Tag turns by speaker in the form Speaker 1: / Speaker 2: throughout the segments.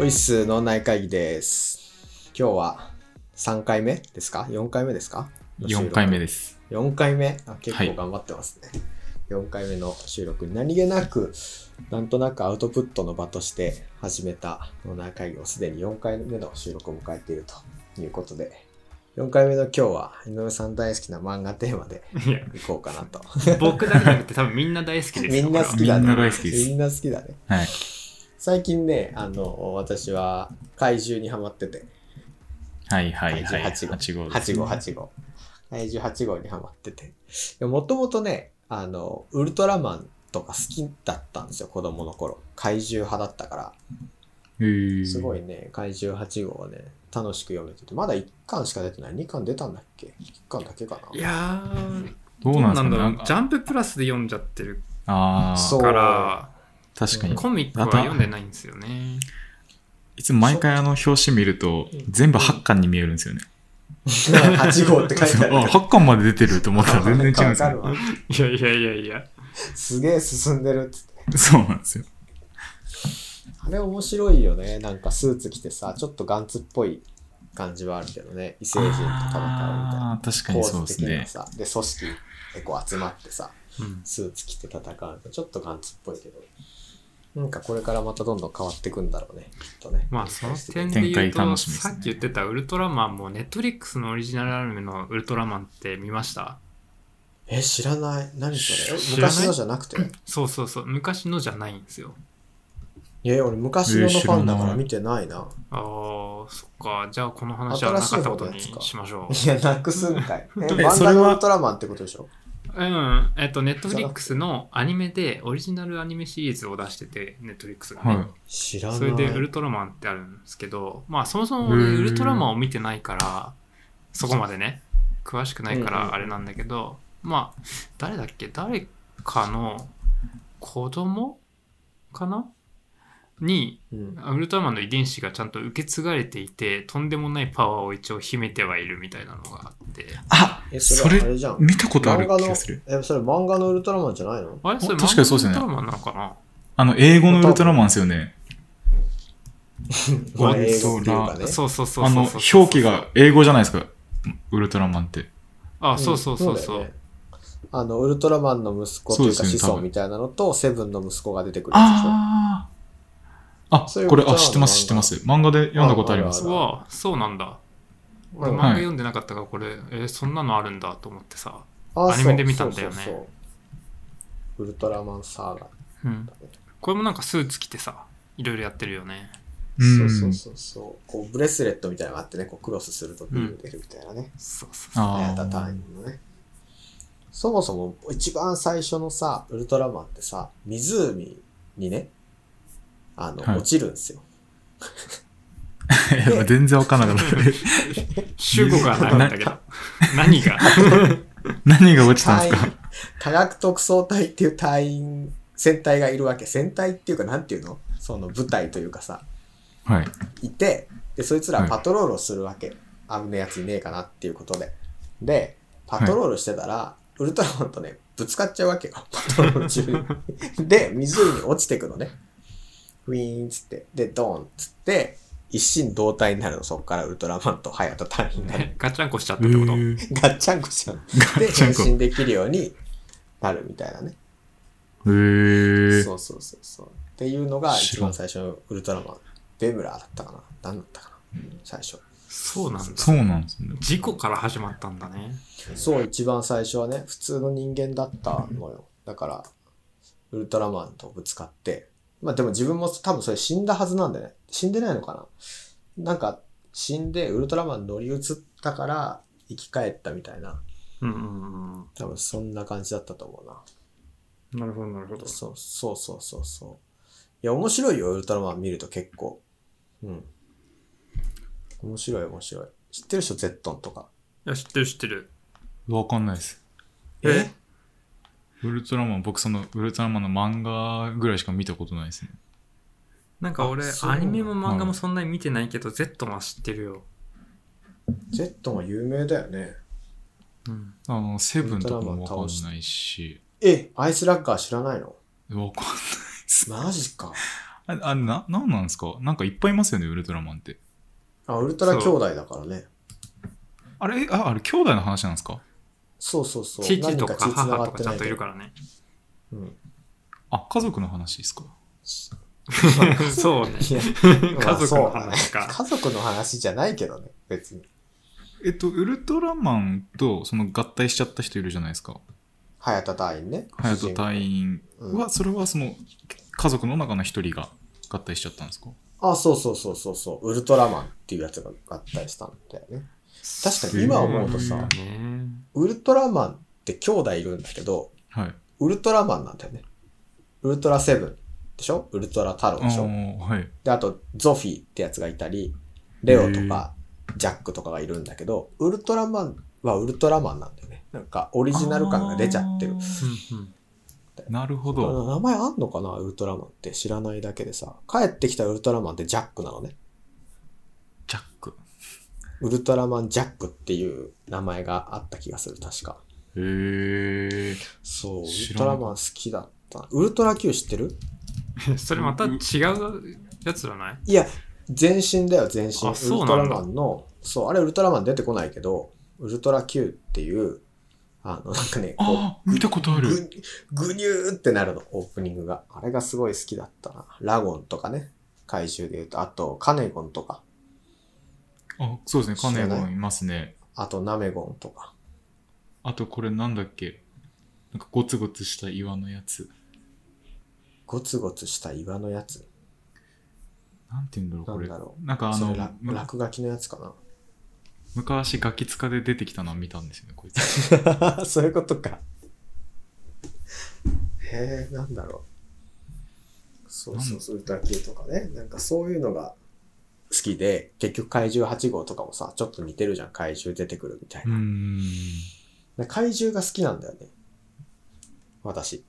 Speaker 1: ウイス脳内会議です。今日は3回目ですか ?4 回目ですか
Speaker 2: 4回目です。
Speaker 1: 4回目あ結
Speaker 2: は
Speaker 1: 構
Speaker 2: い
Speaker 1: 頑張ってますね、4回目の収録に何気なくなんとなくアウトプットの場として始めた脳内会議をすでに4回目の収録を迎えているということで4回目の今日は井上さん大好きな漫画テーマで
Speaker 3: いや、
Speaker 1: いこうかなと
Speaker 3: 僕だけじゃなくて多分みんな大好きです
Speaker 1: み
Speaker 3: よ。
Speaker 1: んな
Speaker 3: こ
Speaker 1: 好きだね
Speaker 2: みんな大好きです
Speaker 1: みんな好きだね
Speaker 2: はい。
Speaker 1: 最近ねあの私は怪獣にハマってて
Speaker 2: はいはいはい。
Speaker 1: 8号
Speaker 2: 8号です
Speaker 1: 8号8号怪獣8号にハマっててもともとねあのウルトラマンとか好きだったんですよ子供の頃怪獣派だったから
Speaker 2: へー
Speaker 1: すごいね怪獣8号はね楽しく読めててまだ1巻しか出てない2巻出たんだっけ1巻だけか
Speaker 3: れい
Speaker 1: な
Speaker 3: やー、
Speaker 2: どう
Speaker 3: どう
Speaker 2: なんで
Speaker 3: な
Speaker 2: すか
Speaker 3: んだろ
Speaker 2: なん
Speaker 3: う。ジ
Speaker 2: か
Speaker 3: ャンププラスで読んじゃってる
Speaker 2: あ
Speaker 1: そ
Speaker 2: あ、
Speaker 1: う
Speaker 3: から、
Speaker 2: 確かに。
Speaker 3: コミックは読んでないんですよ ね。
Speaker 2: いつも毎回あの表紙見ると、全部8巻に見えるんですよね。
Speaker 1: 8号って書いてあ
Speaker 2: あ、
Speaker 1: るけ
Speaker 2: 8巻まで出てると思ったら全然違うんです
Speaker 1: わか
Speaker 2: よ
Speaker 1: る
Speaker 2: ね。
Speaker 3: いやいやいやいや。
Speaker 1: どすげえ進んでるっつって
Speaker 2: そうなんですよ。
Speaker 1: あれ面白いよねなんかスーツ着てさちょっとガンツっぽい感じはあるけどね異星人と戦うみたいな
Speaker 2: ああー、確かにそうですね。
Speaker 1: さ、で、組織でこう集まってさ、
Speaker 3: うん
Speaker 1: スーツ着て戦うのちょっとガンツっぽいけど、なんかこれからまたどんどん変わってくんだろうね、きっとね。
Speaker 3: まあその点で
Speaker 2: 展
Speaker 3: 言う
Speaker 2: 開
Speaker 3: と、
Speaker 2: 楽しみです
Speaker 3: さ
Speaker 2: ね
Speaker 3: っき言ってたウルトラマンもネットリックスのオリジナルアニメのウルトラマンって見ました
Speaker 1: え、知らない。何それえ
Speaker 3: 知らない
Speaker 1: 昔のじゃなくて。
Speaker 3: そうそうそう。昔のじゃないんですよ。
Speaker 1: え、俺昔のの
Speaker 2: え
Speaker 1: フ
Speaker 2: ー知ら
Speaker 1: ァ
Speaker 2: ない
Speaker 1: ンだから見てないな。
Speaker 3: あー、そっか。じゃあこの話はなかったこと
Speaker 1: 新
Speaker 3: に
Speaker 1: しい方のやつか
Speaker 3: しましょ う。
Speaker 1: いや、なくすんかい。え、
Speaker 2: え
Speaker 1: 漫
Speaker 2: そ
Speaker 1: 画
Speaker 2: れ
Speaker 1: の
Speaker 2: は
Speaker 1: ウルトラマンってことでしょ
Speaker 3: うん、えっと、ネットフリックスのアニメで、オリジナルアニメシリーズを出してて、ネットフリックスがね。
Speaker 2: は
Speaker 1: 知らない。
Speaker 3: それでウルトラマンってあるんですけど、まあそもそも
Speaker 2: う
Speaker 3: 俺
Speaker 2: ーん
Speaker 3: ウルトラマンを見てないから、そこまでね、詳しくないか
Speaker 1: うんうんうん
Speaker 3: らあれなんだけど、まあ誰だっけ、誰かの子供かなに
Speaker 1: うん
Speaker 3: ウルトラマンの遺伝子がちゃんと受け継がれていて、とんでもないパワーを一応秘めてはいるみたいなのがあって。
Speaker 2: あ、
Speaker 1: え、そ
Speaker 2: そ
Speaker 1: れ
Speaker 2: れ
Speaker 1: あれじゃん。
Speaker 2: 見たことある
Speaker 1: 漫画
Speaker 2: 気
Speaker 1: の、
Speaker 2: がする。
Speaker 1: え、それ漫画のウルトラマンじゃないの
Speaker 3: あれそれ
Speaker 2: 確かにそうですよね
Speaker 3: 漫画のウルトラマンなのかな
Speaker 2: あの、英語のウルトラマンですよね。
Speaker 1: まあ
Speaker 2: ウル
Speaker 1: 英語
Speaker 2: トラ
Speaker 1: っていうかね。
Speaker 3: そうそうそう
Speaker 2: あ
Speaker 3: そうそう
Speaker 2: の、表記が英語じゃないですか。ウルトラマンって。
Speaker 3: あ、そうそうそう
Speaker 1: だ
Speaker 3: そ
Speaker 1: よ
Speaker 3: う
Speaker 1: ね。あの、ウルトラマンの息子という
Speaker 2: そ
Speaker 1: か
Speaker 2: うです
Speaker 1: 子
Speaker 2: ね多
Speaker 1: 孫
Speaker 2: 分
Speaker 1: みたいなのと、セブンの息子が出てくるやつでしょ
Speaker 2: ああ。あ
Speaker 1: そういう、
Speaker 2: これ、
Speaker 1: こと
Speaker 2: あ、
Speaker 1: なの
Speaker 2: 知ってます、知ってます。漫画で読んだことあります。
Speaker 3: うわ、そうなんだ。俺
Speaker 1: うん
Speaker 3: 漫画読んでなかったからこれ、えーそんなのあるんだと思ってさ、
Speaker 1: あ
Speaker 3: アニメで見たんだよね
Speaker 1: そうそうそうウルトラマンサーガ。
Speaker 3: うん、これもなんかスーツ着てさいろいろやってるよね
Speaker 2: うん
Speaker 1: そうそうそうそう。こう、ブレスレットみたいなのがあってね、こうクロスするとビーム出るみたいなね。
Speaker 3: そうそうそう
Speaker 1: あ
Speaker 2: あ
Speaker 1: やた
Speaker 2: あ
Speaker 1: 単位のね。そもそも、一番最初のさ、ウルトラマンってさ、湖にね、あの、
Speaker 2: はい
Speaker 1: 落ちるんですよ。
Speaker 2: いや 全然わかんなかった。
Speaker 3: 主語がなかったけど 何が
Speaker 2: 何が落ちたんで
Speaker 1: 隊
Speaker 2: す
Speaker 1: 員
Speaker 2: か、
Speaker 1: 科学特捜隊っていう隊員、戦隊がいるわけ。戦隊っていうか、なんていうのその部隊というかさ、
Speaker 2: はい。
Speaker 1: いて、で、そいつら
Speaker 2: はい
Speaker 1: パトロールをするわけ。危ねえやついねえかなっていうことで。で、パトロールしてたら、ウルトラマンとね、ぶつかっちゃうわけよ。パトロール中 に。で、湖に落ちてくのね。ウィーンっつって。で、ドーンっつって、一心同体になるの。そっからウルトラマンとハヤト隊員がね、
Speaker 3: ガッチャンコしちゃったってこと、
Speaker 2: えー
Speaker 1: ガッチャンコしちゃう。で、
Speaker 2: チャ
Speaker 1: 変
Speaker 2: ンコ
Speaker 1: 身できるようになるみたいなね。
Speaker 2: えー
Speaker 1: そうそうそうそう。っていうのが一
Speaker 2: 知ら
Speaker 1: 番
Speaker 2: ん
Speaker 1: 最初のウルトラマン。ベムラーだったかな何だったかな最初。
Speaker 3: そうなんだ
Speaker 2: そうなんですね。
Speaker 3: 事故から始まったんだね
Speaker 1: そう、一番最初はね、普通の人間だったのよ。だから、ウルトラマンとぶつかって。まあでも自分も多分それ死んだはずなんだよね。死んでないのかななんか、死んでウルトラマンに乗り移ったから生き返ったみたいな。
Speaker 3: うんうんうん
Speaker 1: 多分そんな感じだったと思うな。
Speaker 3: なるほどなるほど
Speaker 1: そうそうそうそうそう。いや、面白いよ、ウルトラマン見ると結構。うん。面白い、面白い。知ってる人、ゼットンとか。
Speaker 3: いや知ってる知ってる
Speaker 2: わかんないです。
Speaker 3: え
Speaker 2: ウルトラマン、僕そのウルトラマンの漫画ぐらいしか見たことないですね。
Speaker 3: なんか俺
Speaker 1: あそう
Speaker 3: アニメも漫画もそんなに見てないけど、Z は知ってるよ、
Speaker 1: ゼットンは有名だよね。
Speaker 3: うん、
Speaker 2: あの、セブンとかも
Speaker 1: ウルトラマン
Speaker 2: わ
Speaker 1: 倒
Speaker 2: か
Speaker 1: し
Speaker 2: んないし、
Speaker 1: え、アイスラッガー知らないの
Speaker 2: わかんないです。
Speaker 1: マジか。
Speaker 2: あ、あな、なんなんですかなんかいっぱいいますよね、ウルトラマンって。
Speaker 1: あ、ウルトラ兄弟だからね。
Speaker 2: あれ、あ、あれ、兄弟の話なんですか
Speaker 1: そうそうそう。
Speaker 3: 父とか
Speaker 1: 何血繋
Speaker 3: 母
Speaker 1: が
Speaker 3: と
Speaker 1: って
Speaker 3: かちゃ
Speaker 1: なんい
Speaker 3: と
Speaker 1: け
Speaker 3: い
Speaker 1: ど
Speaker 3: るから ね。
Speaker 1: うん。
Speaker 2: あ、家族の話ですか
Speaker 3: そうね。
Speaker 1: いや
Speaker 3: 家族の話
Speaker 1: まあそ
Speaker 3: か。
Speaker 1: う 家族の話じゃないけどね、別に。
Speaker 2: えっと、ウルトラマンとその合体しちゃった人いるじゃないですか。
Speaker 1: 早田隊員ね。
Speaker 2: 隼人隊
Speaker 1: 員。
Speaker 2: 員
Speaker 1: うん
Speaker 2: は、それはその家族の中の一人が合体しちゃったんですか
Speaker 1: あ、そうそうそうそうそう。ウルトラマンっていうやつが合体したんだよね。確かに今思うとさ
Speaker 3: そうね
Speaker 1: ウルトラマンって兄弟いるんだけど、
Speaker 2: はい。
Speaker 1: ウルトラマンなんだよね。ウルトラセブンでしょウルトラ太郎
Speaker 2: あ
Speaker 1: でしょ
Speaker 2: ーはい。
Speaker 1: で、あと、ゾフィーってやつがいたり、レオとか、ジャックとかがいるんだけど、ウルトラマンはウルトラマンなんだよね。なんか、オリジナル感が出ちゃってる
Speaker 2: あ。ー
Speaker 3: うんうん
Speaker 2: なるほ
Speaker 1: あ
Speaker 2: ど。
Speaker 1: の名前あんのかなウルトラマンって知らないだけでさ。帰ってきたウルトラマンってジャックなのね。
Speaker 2: ジャック。
Speaker 1: ウルトラマンジャックっていう名前があった気がする、確か。
Speaker 2: へえ。
Speaker 1: そう、ウル
Speaker 2: 知
Speaker 1: トラ
Speaker 2: らなかった
Speaker 1: マン好きだった。ウルトラ Q 知ってる
Speaker 3: それまた違うやつじゃない
Speaker 1: いや、全身だよ、全身。ウ
Speaker 3: あ
Speaker 1: ル
Speaker 3: そうなんだ
Speaker 1: トラマンの、そう、あれウルトラマン出てこないけど、ウルトラ Q っていう、あの、なんかね、こう
Speaker 2: ああ、見たことある。
Speaker 1: ぐ、ぐにゅーってなるの、オープニングが。あれがすごい好きだったな。ラゴンとかね、怪獣で言うと、あと、カネゴンとか、
Speaker 2: あ、そうですね。カネ
Speaker 1: 知ら
Speaker 2: ゴ
Speaker 1: な
Speaker 2: ンいますね。
Speaker 1: あと、ナメゴンとか。
Speaker 2: あとこれなんだっけなんかゴツゴツした岩のやつ。
Speaker 1: ゴツゴツした岩のやつ。
Speaker 2: なんて言うんだろう、これ。
Speaker 1: なんだろ
Speaker 2: なんかあ
Speaker 1: そ
Speaker 2: の
Speaker 1: れ、落
Speaker 2: む
Speaker 1: 落書きのやつか
Speaker 2: 昔ガキ使で出てきたのを見たんですよね、こ いつ。
Speaker 1: な。そういうことか。へえ、なんだろう。そうそうそう、歌系とかね。なんかそういうのが好きで、結局怪獣8号とかもさ、ちょっと似てるじゃん。怪獣出てくるみたいう
Speaker 2: ー
Speaker 1: な。
Speaker 2: ん。
Speaker 1: で怪獣が好きなんだよね。私。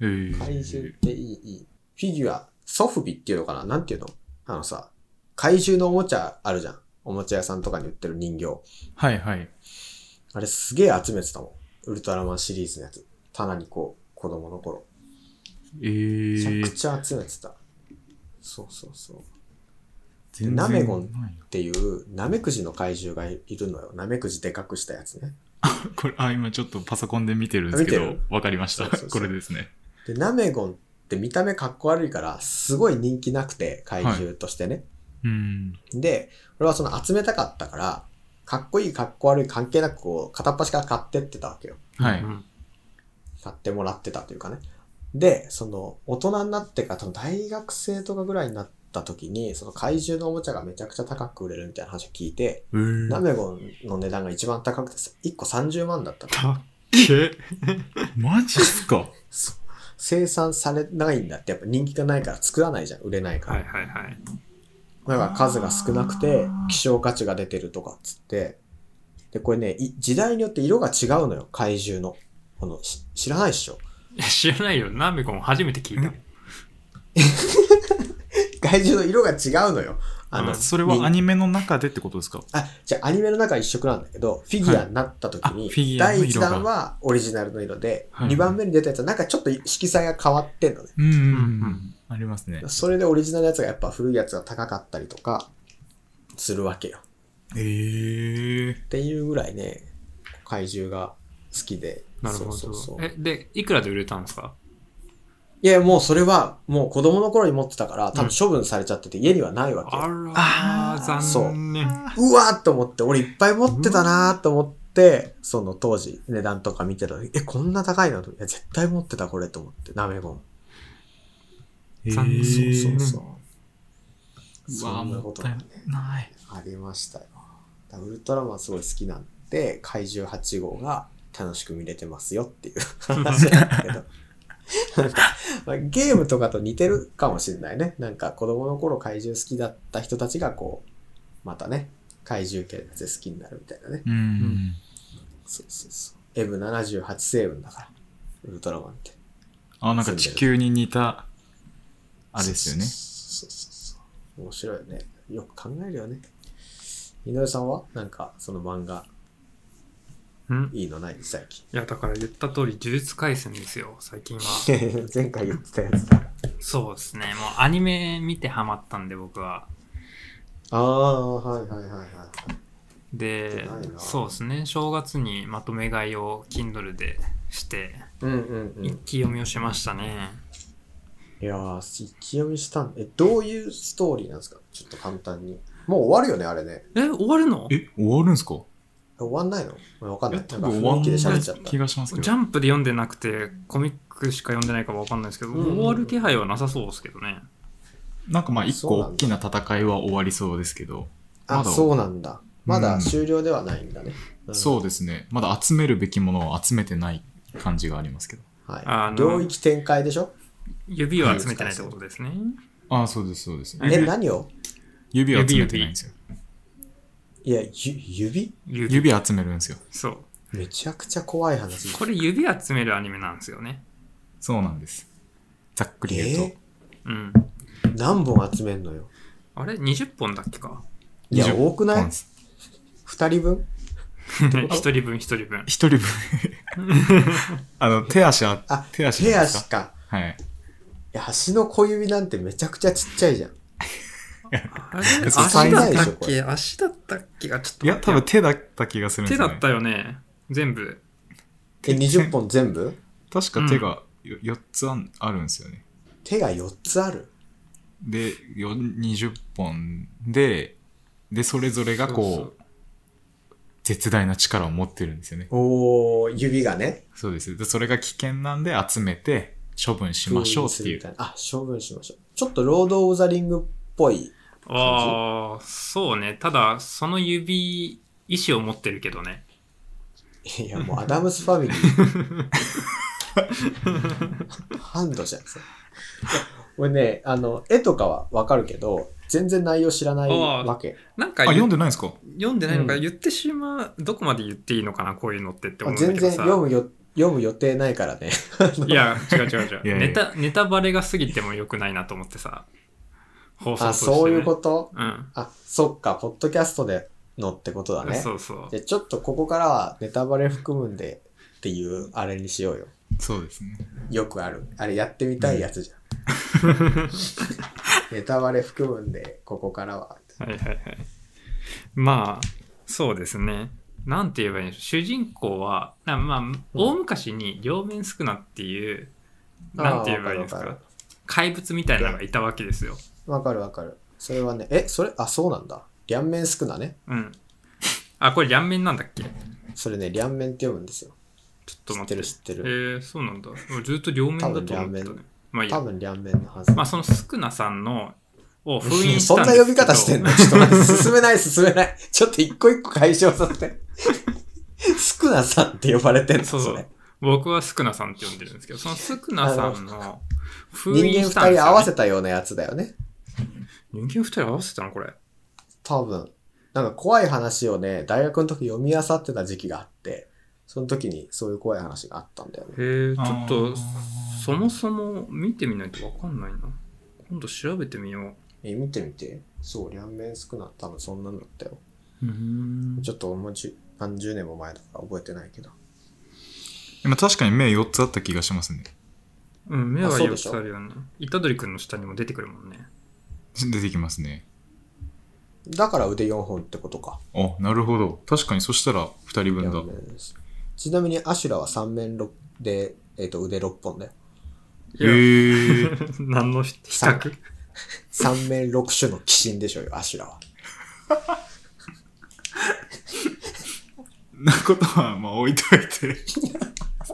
Speaker 2: えー、
Speaker 1: 怪獣っていい、いい。フィギュア、ソフビっていうのかななんていうのあのさ、怪獣のおもちゃあるじゃん。おもちゃ屋さんとかに売ってる人形。
Speaker 2: はいはい。
Speaker 1: あれすげえ集めてたもん。ウルトラマンシリーズのやつ。棚にこう、子供の頃。
Speaker 2: え
Speaker 1: めちゃく
Speaker 2: ー、
Speaker 1: ちゃ集めてた。そうそうそう。っ
Speaker 2: 全然
Speaker 1: ナメゴン
Speaker 2: ない
Speaker 1: ていう、ナメクジの怪獣がいるのよ。ナメクジでかくしたやつね。
Speaker 2: これ、あ、今ちょっとパソコンで見てるんですけ
Speaker 1: 見て
Speaker 2: ど
Speaker 1: る、
Speaker 2: わかりました。
Speaker 1: そうそうそう
Speaker 2: これですね。
Speaker 1: で、ナメゴンって見た目かっこ悪いから、すごい人気なくて、怪獣としてね。
Speaker 2: うーん。
Speaker 1: で、俺はその集めたかったから、かっこいいかっこ悪い関係なくこう、片っ端から買ってってたわけよ。
Speaker 2: はい。
Speaker 3: うん
Speaker 1: 買ってもらってたというかね。で、その、大人になってから、多分大学生とかぐらいになった時に、その怪獣のおもちゃがめちゃくちゃ高く売れるみたいな話を聞いて、
Speaker 2: えー、
Speaker 1: ナメゴンの値段が一番高くてさ、1個30万だったの。
Speaker 3: たっけ
Speaker 2: マジっすか
Speaker 1: そう生産されないんだって、やっぱ人気がないから作らないじゃん、売れないから。
Speaker 3: はいはいはい。
Speaker 1: だから数が少なくて
Speaker 2: あー
Speaker 1: 希少価値が出てるとかっつって。で、これね、い時代によって色が違うのよ、怪獣の。この、し知らないっしょ。
Speaker 3: いや知らないよ。ナメコン初めて聞いたもん。
Speaker 1: 怪獣の色が違うのよ。 あの、
Speaker 3: あ
Speaker 2: それはア
Speaker 1: ニ
Speaker 2: ニメの中でってことですか
Speaker 1: あ、じゃあアニメの中は一色なんだけど、フィギュアになった時
Speaker 2: はい
Speaker 1: に、
Speaker 2: あフィギュアの
Speaker 1: 第1
Speaker 2: 色が
Speaker 1: 弾はオリジナルの色で、
Speaker 2: はい
Speaker 1: 2番目に出たやつはなんかちょっと色彩が変わってんのね。
Speaker 2: うんうん
Speaker 3: う
Speaker 2: うんん。ありますね。
Speaker 1: それでオリジナルのやつがやっぱ古いやつが高かったりとか、するわけよ。
Speaker 2: えー。
Speaker 1: っていうぐらいね、怪獣が好きで。
Speaker 3: なるほど。
Speaker 1: そうそうそう
Speaker 3: え、で、いくらで売れたんですか
Speaker 1: いや、もうそれは、もう子供の頃に持ってたから、多
Speaker 3: うん
Speaker 1: 分処分されちゃってて、家にはないわけ
Speaker 3: あ
Speaker 1: よ。
Speaker 3: ら
Speaker 2: あ
Speaker 3: ー、
Speaker 2: ー
Speaker 3: 残念。
Speaker 1: うわーっと思って、俺いっぱい持ってたなーと思って、その当時値段とか見てた時、え、こんな高いのといや、絶対持ってたこれと思って、ナメゴン。
Speaker 3: 残念
Speaker 2: え
Speaker 1: そう
Speaker 2: ー
Speaker 1: そうそう。
Speaker 2: うわ
Speaker 1: そ
Speaker 2: ー
Speaker 1: んなことがね、
Speaker 2: ない。
Speaker 1: ありましたよ。だからウルトラマンすごい好きなんで、怪獣8号が楽しく見れてますよっていう話なんだけど。なんかまあゲームとかと似てるかもしれないね。なんか子供の頃怪獣好きだった人たちがこう、またね、怪獣系で好きになるみたいなね。
Speaker 2: うん。
Speaker 1: そうそうそう。M78 成分だから、ウルトラマンって。
Speaker 2: あ、なんか地球に似た、あれですよね。
Speaker 1: そうそうそうそう。面白いよね。よく考えるよね。井上さんはなんかその漫画
Speaker 3: うん
Speaker 1: いいのない 最近。
Speaker 3: いや、だから言った通り、呪術廻戦ですよ、最近は。
Speaker 1: 前回言ってたやつだ。
Speaker 3: そうですね。もうアニメ見てハマったんで僕は。
Speaker 1: ああ、はいはいはいはい。
Speaker 3: で
Speaker 1: 見てない、な
Speaker 3: そうですね。正月にまとめ買いを Kindle でして、
Speaker 1: うんうんうん。
Speaker 3: 一
Speaker 1: い
Speaker 3: 気読みをしましたね。
Speaker 1: やー、一気読みしたんえ、どういうストーリーなんですかちょっと簡単に。もう終わるよね、あれね。
Speaker 3: え、終わるの
Speaker 2: え、終わるんすか
Speaker 1: 終わんないの俺わかんない。
Speaker 2: 多
Speaker 1: なんか
Speaker 2: 分終わ
Speaker 1: 雰
Speaker 2: ん
Speaker 1: 囲気で
Speaker 2: な
Speaker 1: 喋
Speaker 2: い
Speaker 1: っちゃった
Speaker 2: 気。がしますけ
Speaker 3: ジ
Speaker 2: ど
Speaker 3: ャ。ンプで読んでなくて、コミックしか読んでないからわかんないですけど、
Speaker 1: うん
Speaker 3: 終わる気配はなさそうですけどね。
Speaker 2: なんかまあ一
Speaker 1: そ
Speaker 2: 個
Speaker 1: うなん
Speaker 2: 大
Speaker 1: だ
Speaker 2: きな戦いは終わりそうですけど、ま
Speaker 1: あ、
Speaker 2: だ
Speaker 1: そうなんだ。ま
Speaker 2: う
Speaker 1: だ
Speaker 2: ん
Speaker 1: 終了ではないんだね。
Speaker 2: そうですね。まだ集めるべきものを集めてない感じがありますけど。
Speaker 1: うん。は
Speaker 3: あ
Speaker 1: い。
Speaker 3: の
Speaker 1: 領域展開でしょ
Speaker 3: 指は集めてないってことですね。
Speaker 2: ああ、そうです、そうです。
Speaker 3: うん
Speaker 1: え、何を
Speaker 2: 指集めてないんですよ。
Speaker 1: いや、ゆ指
Speaker 3: 指。
Speaker 2: 指集めるんですよ。
Speaker 3: そう。
Speaker 1: めちゃくちゃ怖い話。
Speaker 3: これ指集めるアニメなんですよね。
Speaker 2: そうなんです。ざっくり言う
Speaker 1: え
Speaker 2: と。
Speaker 3: うん。
Speaker 1: ー何本集めんのよ。
Speaker 3: あれ ?20 本だっけ か
Speaker 1: いや、
Speaker 2: 20
Speaker 1: 多くな
Speaker 2: なん
Speaker 1: い
Speaker 2: です
Speaker 1: 二人分
Speaker 3: 一人分一人分。
Speaker 2: 一 人分。あの、手足あ
Speaker 1: あ、
Speaker 2: 手足
Speaker 1: 手
Speaker 2: です
Speaker 1: 足
Speaker 2: か
Speaker 1: か。
Speaker 2: はい。
Speaker 1: いや、足の小指なんてめちゃくちゃちっちゃいじゃん。
Speaker 3: あれ
Speaker 2: そう
Speaker 3: 足だったっ
Speaker 1: 足り
Speaker 3: け足だったっけがちょっと
Speaker 2: いや、多
Speaker 3: 待っ
Speaker 2: 分
Speaker 3: て
Speaker 2: 手だった気がするんで
Speaker 3: 手
Speaker 2: すよ、
Speaker 3: だ
Speaker 2: ね。
Speaker 3: ったよね。全部。
Speaker 1: え、20本全部
Speaker 2: 確か手が4つあんあるんですよね。
Speaker 1: 手が4つある。
Speaker 2: で、よ20本で、で、それぞれがこう、
Speaker 3: そうそう
Speaker 2: 絶大な力を持ってるんですよね。
Speaker 1: おー、指がね。
Speaker 2: そうです。で、それが危険なんで集めて処分しましょうっ
Speaker 1: 封印す
Speaker 2: てい
Speaker 1: るみ
Speaker 2: う。
Speaker 1: たなあ、処分しましょう。ちょっとロード・オブ・ザ・リングっぽい。
Speaker 3: ああ、そうね。ただ、その指、意思を持ってるけどね。
Speaker 1: いや、もうアダムス・ファミリー。ハンドじゃん、それ。いや俺ね、あの、絵とかはわかるけど、全然内容知らないわけ。
Speaker 3: なん
Speaker 2: あ、
Speaker 3: か
Speaker 2: 読ん
Speaker 3: で
Speaker 2: でないんですか
Speaker 3: 読んでないのか、
Speaker 1: うん
Speaker 3: 言ってしまう、どこまで言っていいのかな、こういうのってって思うんだけ
Speaker 1: 全
Speaker 3: ど
Speaker 1: 然
Speaker 3: さ。
Speaker 1: 読むよ、読む予定ないからね。
Speaker 3: いや、違う違う 違う。
Speaker 2: いやいや
Speaker 3: ネタ、ネタバレが過ぎても良くないなと思ってさ。放
Speaker 1: あ、
Speaker 3: 送として、ね。
Speaker 1: そういうこと
Speaker 3: うん。
Speaker 1: あ、そっか、ポッドキャストでのってことだね。
Speaker 3: そうそう。
Speaker 1: じゃあちょっとここからはネタバレ含むんでっていうあれにしようよ。
Speaker 2: そうですね。
Speaker 1: よくある。あれやってみたいやつじゃん。 ネタバレ含むんで、ここからは。
Speaker 3: はいはいはい。まあ、そうですね。なんて言えばいいんでしょう。主人公は、なまあ、大昔に両面宿儺っていう、
Speaker 1: あー
Speaker 3: なんて言えばいいんですか
Speaker 1: わかるわか
Speaker 3: 怪物みたいなのがいたわけですよ。
Speaker 1: わかるわかる。それはね、え、それ、あ、そうなんだ。両面少なね。
Speaker 3: うん。あ、これ両面なんだっけちょっ
Speaker 1: それね、両面って読むんですよ。
Speaker 3: と
Speaker 1: 知っ
Speaker 3: 待
Speaker 1: て
Speaker 3: って。
Speaker 1: る知って
Speaker 3: え
Speaker 1: る。
Speaker 3: ー、そうなんだ。俺ずっと両面だと思って
Speaker 1: 多
Speaker 3: たね
Speaker 1: 分両。
Speaker 3: まあいい
Speaker 1: 多
Speaker 3: や。
Speaker 1: 分両面のはず。
Speaker 3: まあその宿儺さんのを封
Speaker 1: いや
Speaker 3: 印 し
Speaker 1: そん
Speaker 3: た
Speaker 1: なん
Speaker 3: ですけど。
Speaker 1: 呼び方してんのちょっと待って、進めない進めない。ちょっと一個一個解消させて。少なさんって呼ばれてんの
Speaker 3: そう
Speaker 1: そ
Speaker 3: そ
Speaker 1: れ
Speaker 3: う。。僕はスクナさんって呼んでるんですけど、そのスクナさんの封
Speaker 1: 人
Speaker 3: 印
Speaker 1: 間
Speaker 3: したん
Speaker 1: 二
Speaker 3: ですよ、ね。
Speaker 1: 人合わせたようなやつだよね。
Speaker 3: 人間二人合わせたのこれ。
Speaker 1: 多分。なんか怖い話をね、大学の時読み漁ってた時期があって、その時にそういう怖い話があったんだよね。
Speaker 3: へえ、ちょっ
Speaker 2: あ
Speaker 3: と
Speaker 2: ー、
Speaker 3: そもそも見てみないとわかんないな。今度調べてみよ
Speaker 1: え、見てみて。そう、両面少な。多分そんなんだったよ。
Speaker 3: う。
Speaker 1: ちょっともうじ何十年も前だから覚えてないけど。
Speaker 2: 今確かに目4つあった気がしますね。
Speaker 3: うん、目
Speaker 1: あ
Speaker 3: は
Speaker 1: そう
Speaker 3: よ
Speaker 1: でしょ
Speaker 3: くあるよね。虎杖君の下にも出てくるもんね。
Speaker 2: 出てきますね。
Speaker 1: だから腕4本ってことか。
Speaker 2: あ、なるほど。確かにそしたら2人分だ
Speaker 1: 両。面ですちなみにアシュラは3面六で、えっ、と腕6本だよ。
Speaker 2: え
Speaker 3: いや
Speaker 2: ー、
Speaker 3: 何の比較
Speaker 1: 3面6種の鬼神でしょうよ、アシュラは。
Speaker 2: なことはまあ置いといて。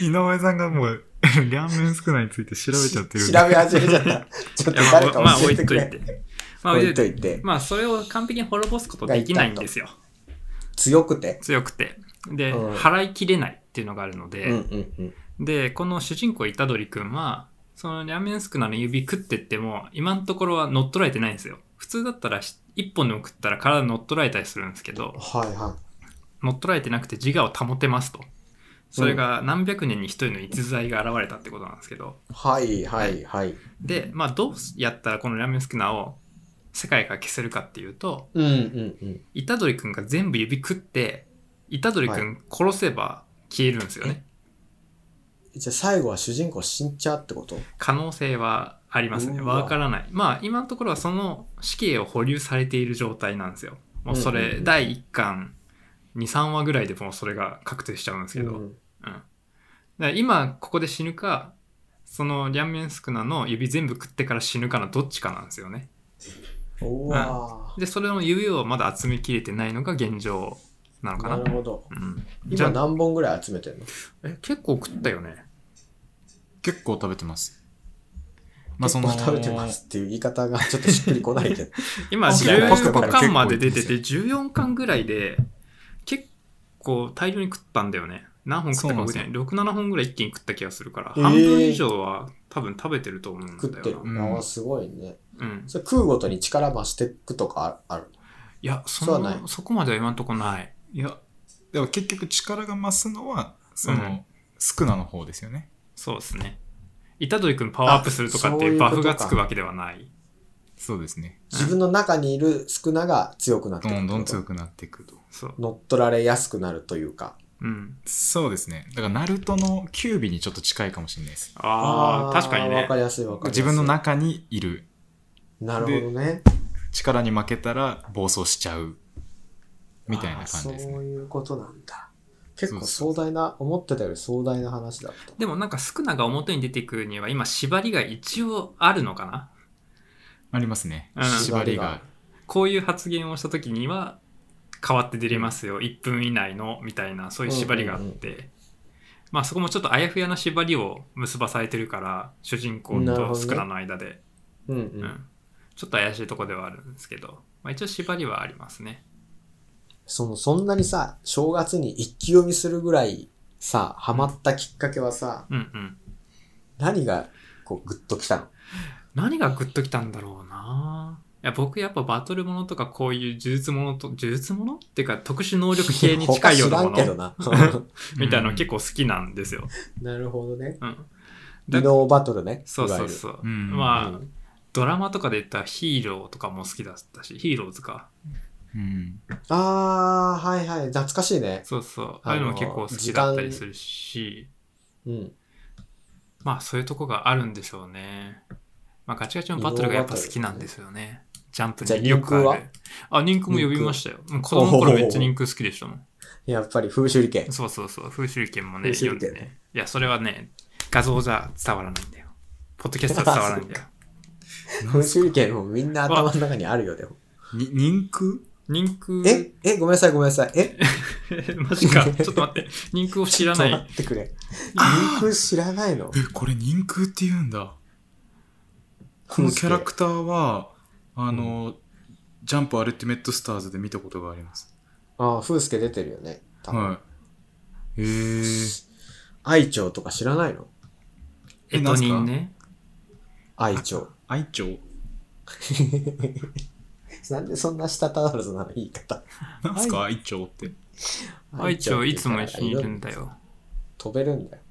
Speaker 2: 井上さんがもう、両面少ないについて調べちゃってる。
Speaker 1: 調べ始めちゃった。ちょっと
Speaker 3: いやま あ
Speaker 1: 誰か
Speaker 3: まあ
Speaker 1: 教
Speaker 3: 置
Speaker 1: え
Speaker 3: い
Speaker 1: て
Speaker 3: と
Speaker 1: く
Speaker 3: い
Speaker 1: れ。
Speaker 3: て。まあ置
Speaker 1: 置
Speaker 3: い
Speaker 1: い
Speaker 3: と
Speaker 1: と
Speaker 3: い
Speaker 1: い
Speaker 3: て。
Speaker 1: て。
Speaker 3: まあそれを完璧に滅ぼすことできないんですよ。
Speaker 1: 強くて。
Speaker 3: 強くて。で、
Speaker 1: うん
Speaker 3: 払い切れないっていうのがあるので、
Speaker 1: うんうんうん。
Speaker 3: で、この主人公、イタドリ君は、そのラーメンスクナの指食ってっても、今のところは乗っ取られてないんですよ。普通だったらし、一本でも食ったら体乗っ取られたりするんですけど、
Speaker 1: はいはい。
Speaker 3: 乗っ取られてなくて自我を保てますと。それが何百年に一人の逸材が現れたってことなんですけど。
Speaker 1: はいはいはい。
Speaker 3: で、まあ、どうやったらこのラーメンスクナを世界から消せるかっていうと、
Speaker 1: うんうんうん。
Speaker 3: イタドリ君が全部指食って、イタドリ君殺せば消えるんですよね。
Speaker 1: じゃあ最後は主人公死んちゃうってこと
Speaker 3: 可能性はありますね。
Speaker 1: うわ
Speaker 3: わからない。まあ、今のところはその死刑を保留されている状態なんですよ。もうそ
Speaker 1: うんうん
Speaker 3: れ、
Speaker 1: うん
Speaker 3: 第1巻、2、3話ぐらいでもうそれが確定しちゃうんですけど。
Speaker 1: う
Speaker 3: うん。
Speaker 1: ん
Speaker 3: だから今、ここで死ぬか、そのリャンメンスクナの指全部食ってから死ぬかのどっちかなんですよね。
Speaker 1: うわ
Speaker 3: で、それの指をまだ集めきれてないのが現状なの
Speaker 1: ー
Speaker 3: か
Speaker 1: な
Speaker 3: な。
Speaker 1: るほど。
Speaker 3: うん。じゃ
Speaker 1: 今
Speaker 3: あ、
Speaker 1: 何本ぐらい集めてんの
Speaker 3: え結構食ったよね。
Speaker 2: 結構食べてます。まあ
Speaker 1: 結
Speaker 2: そ
Speaker 1: 構
Speaker 2: の、
Speaker 1: 食べてますっていう言い方がちょっとしっくりこないけど。
Speaker 3: 今
Speaker 1: あそうか
Speaker 3: 15巻まで出てて14巻ぐらいで結構大量に食ったんだよね何本食ったか覚えてない67本ぐらい一気に食った気がするから、
Speaker 1: えー
Speaker 3: 半分以上は多分食べてると思うんだ
Speaker 1: 食
Speaker 3: よ
Speaker 1: っ
Speaker 3: な
Speaker 1: てる。
Speaker 2: うん
Speaker 1: ああ、すごいね。
Speaker 3: うん、
Speaker 1: それ食うごとに力増してくとかあある
Speaker 3: いやそ
Speaker 1: そうはない
Speaker 3: のそこまでは今んとこない
Speaker 2: いや、でも結局力が増すのは、その、
Speaker 3: うん
Speaker 2: スクナの方ですよね。
Speaker 3: そうですね虎杖君パワーアップするとかって
Speaker 1: あそう
Speaker 3: い
Speaker 1: いううこ
Speaker 3: バ
Speaker 1: とか
Speaker 3: フがつくわけではない
Speaker 2: そうですね。
Speaker 1: 自分の中にいる少なが強くなって
Speaker 2: ど
Speaker 1: くる
Speaker 2: んどん
Speaker 1: ってこ
Speaker 2: 強くなっていくと。
Speaker 3: そう
Speaker 1: と乗っ取られやすくなるというか。
Speaker 3: うん
Speaker 2: そうですね。だから、ナルトのキュービにちょっと近いかもしれないです。
Speaker 3: ああ
Speaker 1: ー
Speaker 3: 確かに
Speaker 1: わ
Speaker 3: ね
Speaker 1: かりやすいわかりやすい。
Speaker 2: 自分の中にいる
Speaker 1: なるほどね。
Speaker 2: 力に負けたら暴走しちゃうみたいな感じです
Speaker 1: あーそう
Speaker 2: ね。
Speaker 1: いうことなんだ。結構
Speaker 2: そ
Speaker 1: 壮大な、思ってたより壮大な話だった。
Speaker 3: でもなんかスクナが表に出てくるには今縛りが一応あるのかな
Speaker 2: ありますね。
Speaker 3: うん
Speaker 2: 縛りが。
Speaker 3: こういう発言をした時には変わって出れますよ1分以内のみたいなそういう縛りがあって、まあそこもちょっとあやふやな縛りを結ばされてるから主人公
Speaker 1: なるほ
Speaker 3: と
Speaker 1: どね
Speaker 3: スクラの間で、
Speaker 1: うんう。
Speaker 3: うんん、ちょっと怪しいとこではあるんですけど、まあ、一応縛りはありますね
Speaker 1: その、そんなにさ、正月に一気読みするぐらいさ、ハマったきっかけはさ、
Speaker 3: うんうん
Speaker 1: 何がこうグッときたの
Speaker 3: 何がグッときたんだろうないや僕やっぱバトルものとかこういう呪術ものと呪術ものっていうか特殊能力系に近いようなも
Speaker 1: 他知らんけど
Speaker 3: の
Speaker 1: な。
Speaker 3: みたいなの
Speaker 2: うん
Speaker 3: 結構好きなんですよ、
Speaker 1: なるほどね。
Speaker 3: うん、
Speaker 1: 技能バトルね。
Speaker 3: そうそう
Speaker 1: いわ
Speaker 3: そう。
Speaker 2: うん
Speaker 3: ま
Speaker 1: う
Speaker 3: あ、ドラマとかで言ったらヒーローとかも好きだったし、ヒーローズか。
Speaker 2: うん。
Speaker 1: ゆるあー、はいはい。懐かしいね。
Speaker 3: そうそう。あ
Speaker 1: あのー
Speaker 3: あいうのも結構好きだったりするし、
Speaker 1: うん。
Speaker 3: まあそういうとこがあるんでしょうね。まあガチガチのバトルがやっぱ好きなんですよね。ジャンプによく
Speaker 1: じゃあ
Speaker 3: あ
Speaker 1: 人
Speaker 3: る。あ、人空も呼びましたよ。もう子供の頃めっちゃ人空好きでしたもん。
Speaker 1: やっぱり風習利権。
Speaker 3: そうそうそう。風習券もね、
Speaker 1: 風習
Speaker 3: 読
Speaker 1: 券
Speaker 3: んでね。いや、それはね、画像じゃ伝わらないんだよ。ポッドキャストは伝わらない んだよ。
Speaker 1: 風習利権もみんな頭の中にあるよ、でも。
Speaker 2: に人空
Speaker 3: 人空、
Speaker 1: ええごめんなさい、ごめんなさい。え
Speaker 3: マジか。ちょっと待って。人空を知ら
Speaker 1: ちょ
Speaker 3: な
Speaker 1: っと
Speaker 3: い。
Speaker 1: 待ってくれ。人空知らないの
Speaker 2: え、これ人空って言うんだ。このキャラクターは、あの、ジャンプアルティメットスターズで見たことがあります。
Speaker 1: ああ、風助出てるよね。多分
Speaker 2: はい。へえー。
Speaker 1: 愛鳥とか知らないの
Speaker 2: え
Speaker 3: えと人ね。
Speaker 1: 愛鳥。
Speaker 2: 愛鳥
Speaker 1: なんでそんなしたたらずなの言い方。
Speaker 2: なんすか愛鳥って。
Speaker 3: 愛知をいつも一緒にいるん
Speaker 1: だ。
Speaker 3: だよ。
Speaker 1: 飛べるんだよ。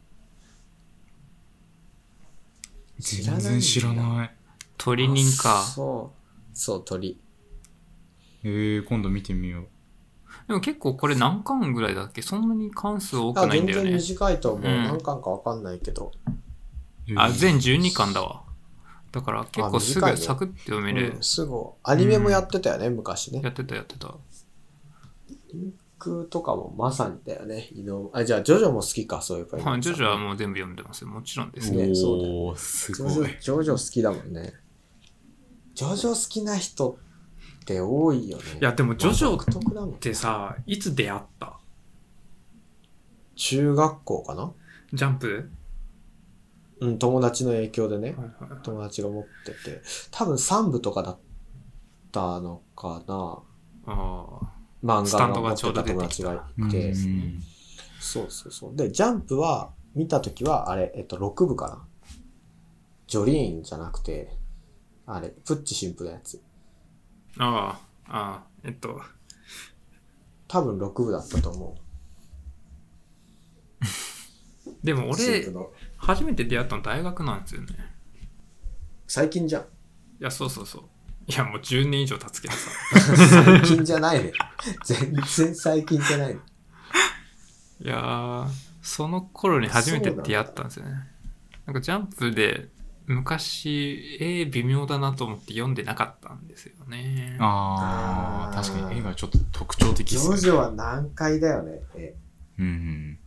Speaker 1: 知らな
Speaker 2: 全
Speaker 1: いんだ
Speaker 2: 然知らない。
Speaker 3: 鳥人か
Speaker 1: あ。そう。そう、鳥。
Speaker 2: えー、今度見てみよう。
Speaker 3: でも結構これ何巻ぐらいだっけそんなに関数多
Speaker 1: あ、
Speaker 3: くないん
Speaker 1: 全
Speaker 3: だよ
Speaker 1: 然
Speaker 3: ね。
Speaker 1: 短いと思う。
Speaker 3: うん
Speaker 1: 何巻かわかんないけど。
Speaker 2: えー
Speaker 3: あ、全12巻だわ。だから結構す
Speaker 1: あ短い
Speaker 3: ぐ
Speaker 1: ね
Speaker 3: サクッて読める
Speaker 1: うん。すごい。アニメもやってたよね、昔ね。
Speaker 3: やってたやってた。
Speaker 1: 僕とかもまさにだよね。移動あ、じゃあ、ジョジョも好きか、そういう感じ。
Speaker 3: まあジョジョはもう全部読んでますよ。もちろんですね。
Speaker 1: ねそうだよね
Speaker 2: おー、す
Speaker 1: ジ
Speaker 2: ご
Speaker 1: ョジ
Speaker 2: い
Speaker 1: ョ、。ジョジョ好きだもんね。ジョジョ好きな人って多いよね。
Speaker 3: いや、でもジョジョ
Speaker 1: 独特だもん
Speaker 3: っ。てさ、いつ出会った
Speaker 1: 中学校かな
Speaker 3: ジャンプ
Speaker 1: うん、友達の影響でね。
Speaker 3: はいはい
Speaker 1: 友達が持ってて。多分3部とかだったのかな。
Speaker 3: あ
Speaker 1: 漫
Speaker 3: ス
Speaker 1: 画
Speaker 3: タ
Speaker 1: が
Speaker 3: ン
Speaker 1: 持
Speaker 3: ドが
Speaker 1: っ
Speaker 3: ち
Speaker 1: て
Speaker 3: ょうど
Speaker 1: た
Speaker 3: 出
Speaker 1: 友
Speaker 3: て
Speaker 1: 達
Speaker 3: きた
Speaker 1: がいて。
Speaker 2: うん
Speaker 1: そうそうそう。で、ジャンプは、見たときは、あれ、えっと、6部かな。ジョリーンじゃなくて、あれ、プッチ神父のやつ。
Speaker 3: あ。ああ。ああ。えっと。
Speaker 1: 多分6部だったと思
Speaker 3: でも
Speaker 1: う。神
Speaker 3: 俺
Speaker 1: 父、の。
Speaker 3: 初めて出会ったの大学なんですよね。
Speaker 1: 最近じ ゃん。
Speaker 3: いや、そうそうそう。いや、もう10年以上経つけどさ。
Speaker 1: 最近じゃないね。全然最近じゃないね。
Speaker 3: いやー、その頃に初めて出会ったんですよね。なんかジャンプで昔、絵微妙だなと思って読んでなかったんですよね。
Speaker 2: ああ、
Speaker 1: あー
Speaker 2: 確かに絵がちょっと特徴的
Speaker 1: ジ
Speaker 2: です
Speaker 1: ョ
Speaker 2: ね。
Speaker 1: ジョは難解だよね。え
Speaker 2: うんうん。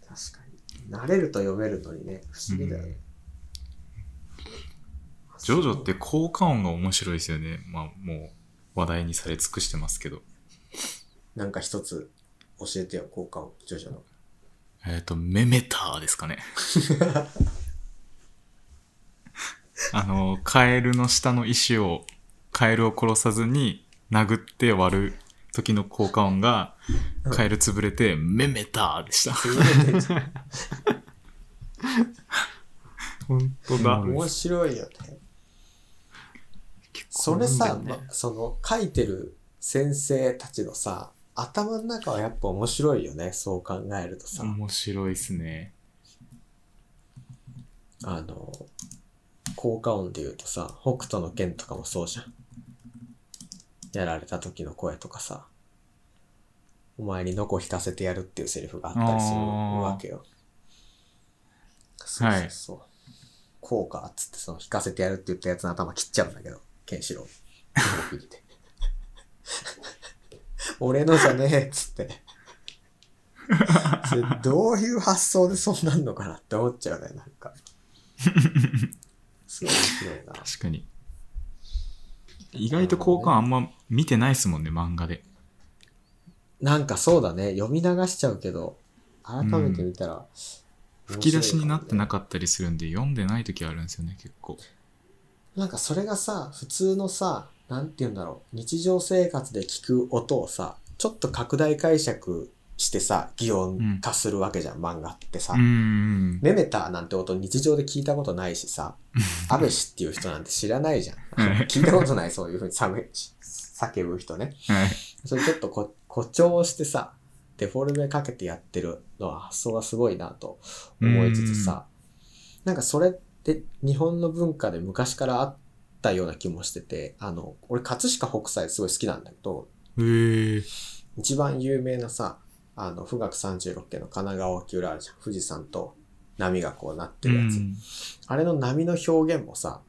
Speaker 1: 確かに。慣れると読めるのにね、不思議だよね。
Speaker 2: ジョジョって効果音が面白いですよね。まあ、もう話題にされ尽くしてますけど。
Speaker 1: なんか一つ教えてよ、効果を、ジョジョ の。
Speaker 2: えっ、と、メメターで すかね。あの、カエルの下の石を、カエルを殺さずに殴って割る時の効果音が、カエル潰れて、メメターでした。
Speaker 3: 本当
Speaker 2: だ
Speaker 1: 面白いよね。それさ、まその書いてる先生たちのさ、頭の中はやっぱ面白いよね、そう考えるとさ。
Speaker 2: 面白いですね。
Speaker 1: あの、効果音で言うとさ、北斗の剣とかもそうじゃん。やられた時の声とかさ、お前にノコ引かせてやるっていうセリフがあったりする
Speaker 2: あー
Speaker 1: わけよ。そうそうそう。効果っつってその引かせてやるって言ったやつの頭切っちゃうんだけど、ケンシロウ。ノコ引いて俺のじゃねえっつって。それどういう発想でそうなんのかなって思っちゃうね、なんか。すごい面白いな。
Speaker 2: 確かに。意外と効果音あんま見てないですもんね、漫画で。
Speaker 1: なんかそうだね、読み流しちゃうけど、改めて見たら、
Speaker 2: 吹き出しになってな
Speaker 1: く
Speaker 2: かったりするんで、読んでない時あるんですよね、結構。
Speaker 1: なんかそれがさ、普通のさ、なんて言うんだろう、日常生活で聞く音をさ、ちょっと拡大解釈してさ、擬音化するわけじゃん、漫画ってさ。
Speaker 2: うーん。
Speaker 1: メメターなんて音日常で聞いたことないしさ、アベシっていう人なんて知らないじゃん。
Speaker 2: は い
Speaker 1: 聞いたことない、そういうふうに叫ぶ叫ぶ人ね。
Speaker 2: はい。
Speaker 1: それちょっとこ誇張してさ、デフォルメかけてやってるのは発想がすごいなと思いつつさ、なんかそれって日本の文化で昔からあったような気もしてて、あの、俺、葛飾北斎すごい好きなんだけど、
Speaker 2: えー。
Speaker 1: 一番有名なさ、あの、富岳36家の神奈川沖浦あるじゃん。富士山と波がこうなってるやつ。
Speaker 2: うん
Speaker 1: あれの波の表現もさ、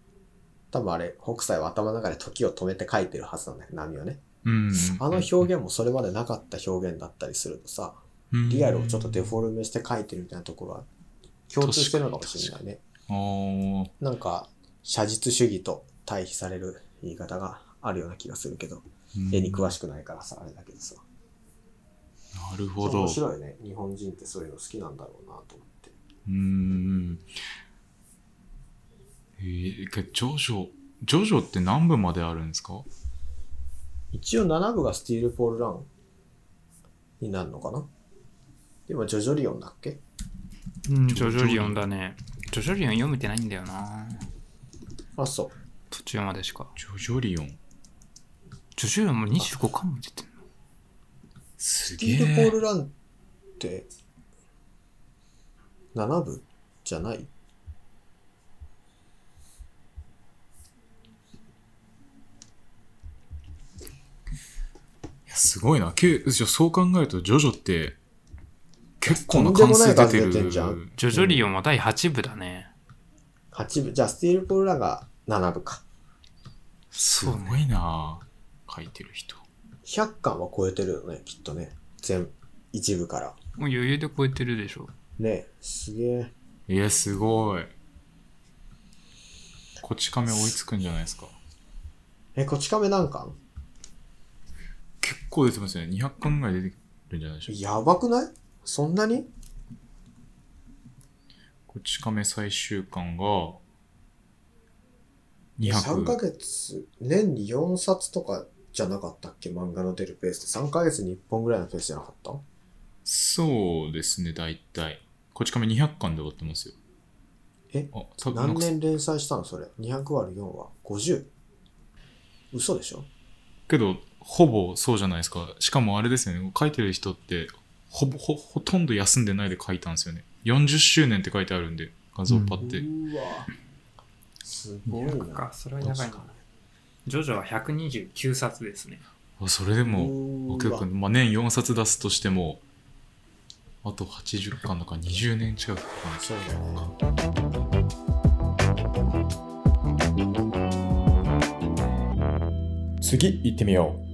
Speaker 1: 多分あれ、北斎は頭の中で時を止めて書いてるはずなんだよ、波をね。
Speaker 2: うん
Speaker 1: あの表現もそれまでなかった表現だったりするとさ、リアルをちょっとデフォルメして書いてるみたいなところは共通してるのかもしれないね。
Speaker 2: あー
Speaker 1: なんか、写実主義と対比される言い方があるような気がするけど、
Speaker 2: うん
Speaker 1: 絵に詳しくないからさ、あれだけどさ。
Speaker 2: なるほど。
Speaker 1: 面
Speaker 2: う
Speaker 1: 白いね。日本人ってそういうの好きなんだろうなと思って。
Speaker 2: ーん。えー、けジョジョ、ジョジョって何部まであるんですか
Speaker 1: 一応7部がスティールポールランになるのかなでもジョジョリオンだっけ
Speaker 3: うん、ジョジョリオンだね。ジョジョリオン読めてないんだよな。
Speaker 1: あ、そう。
Speaker 3: 途中までしか。
Speaker 2: ジョジョリオン。
Speaker 3: ジョジョリオンも25巻も出てるの
Speaker 2: す
Speaker 1: ステ
Speaker 2: げ
Speaker 1: ィールポー
Speaker 2: え。
Speaker 1: ルランって7部じゃない
Speaker 2: いやすごいな。けじゃあそう考えると、ジョジョって結構
Speaker 1: と
Speaker 2: なん
Speaker 1: でも
Speaker 2: 関
Speaker 1: な
Speaker 2: 数
Speaker 1: い数
Speaker 2: 出てる。
Speaker 1: 出てんじゃん
Speaker 3: ジョジョリオンは第8部だね。
Speaker 1: 8部。じゃあ、スティールポールランが7部か。
Speaker 2: す
Speaker 3: うね
Speaker 2: ごいな。書いてる人。
Speaker 1: 100巻は超えてるよね、きっとね。全、1部から。
Speaker 3: もう余裕で超えてるでしょ。
Speaker 1: ねすげえ。
Speaker 2: いや、すごい。こち亀追いつくんじゃないですか。
Speaker 1: え、こち亀何巻
Speaker 2: 結構出てますよね。200巻ぐらい出てるんじゃないでしょうか。
Speaker 1: やばくないそんなに
Speaker 2: こち亀最終巻が、
Speaker 1: 3ヶ
Speaker 2: 200。
Speaker 1: 月、年に4冊とかじゃなかったっけ漫画の出るペースで。3ヶ月に1本ぐらいのペースじゃなかった
Speaker 2: そうですね、大体。こち亀200巻で終わってますよ。
Speaker 1: え
Speaker 2: あ、多分な
Speaker 1: 何
Speaker 2: んか
Speaker 1: 年連載したのそれ。200割る4は 50? 嘘でしょ
Speaker 2: けど、ほぼそうじゃないですか。しかもあれですよね、書いてる人って、ほぼ、ほ、ほとんど休んでないで書いたんですよね。40周年って書いてあるんで、画像パって。
Speaker 1: うわすごいな。
Speaker 3: 100か、それはやばい
Speaker 1: 確
Speaker 3: な
Speaker 1: か。
Speaker 3: ジョジョは129冊ですね。
Speaker 2: あそれで
Speaker 1: に
Speaker 2: も、
Speaker 1: うーわ
Speaker 2: 結構、まあ、年4冊出すとしても、あと80巻だから20年近くかかる
Speaker 1: そうだね。
Speaker 2: 次行ってみよう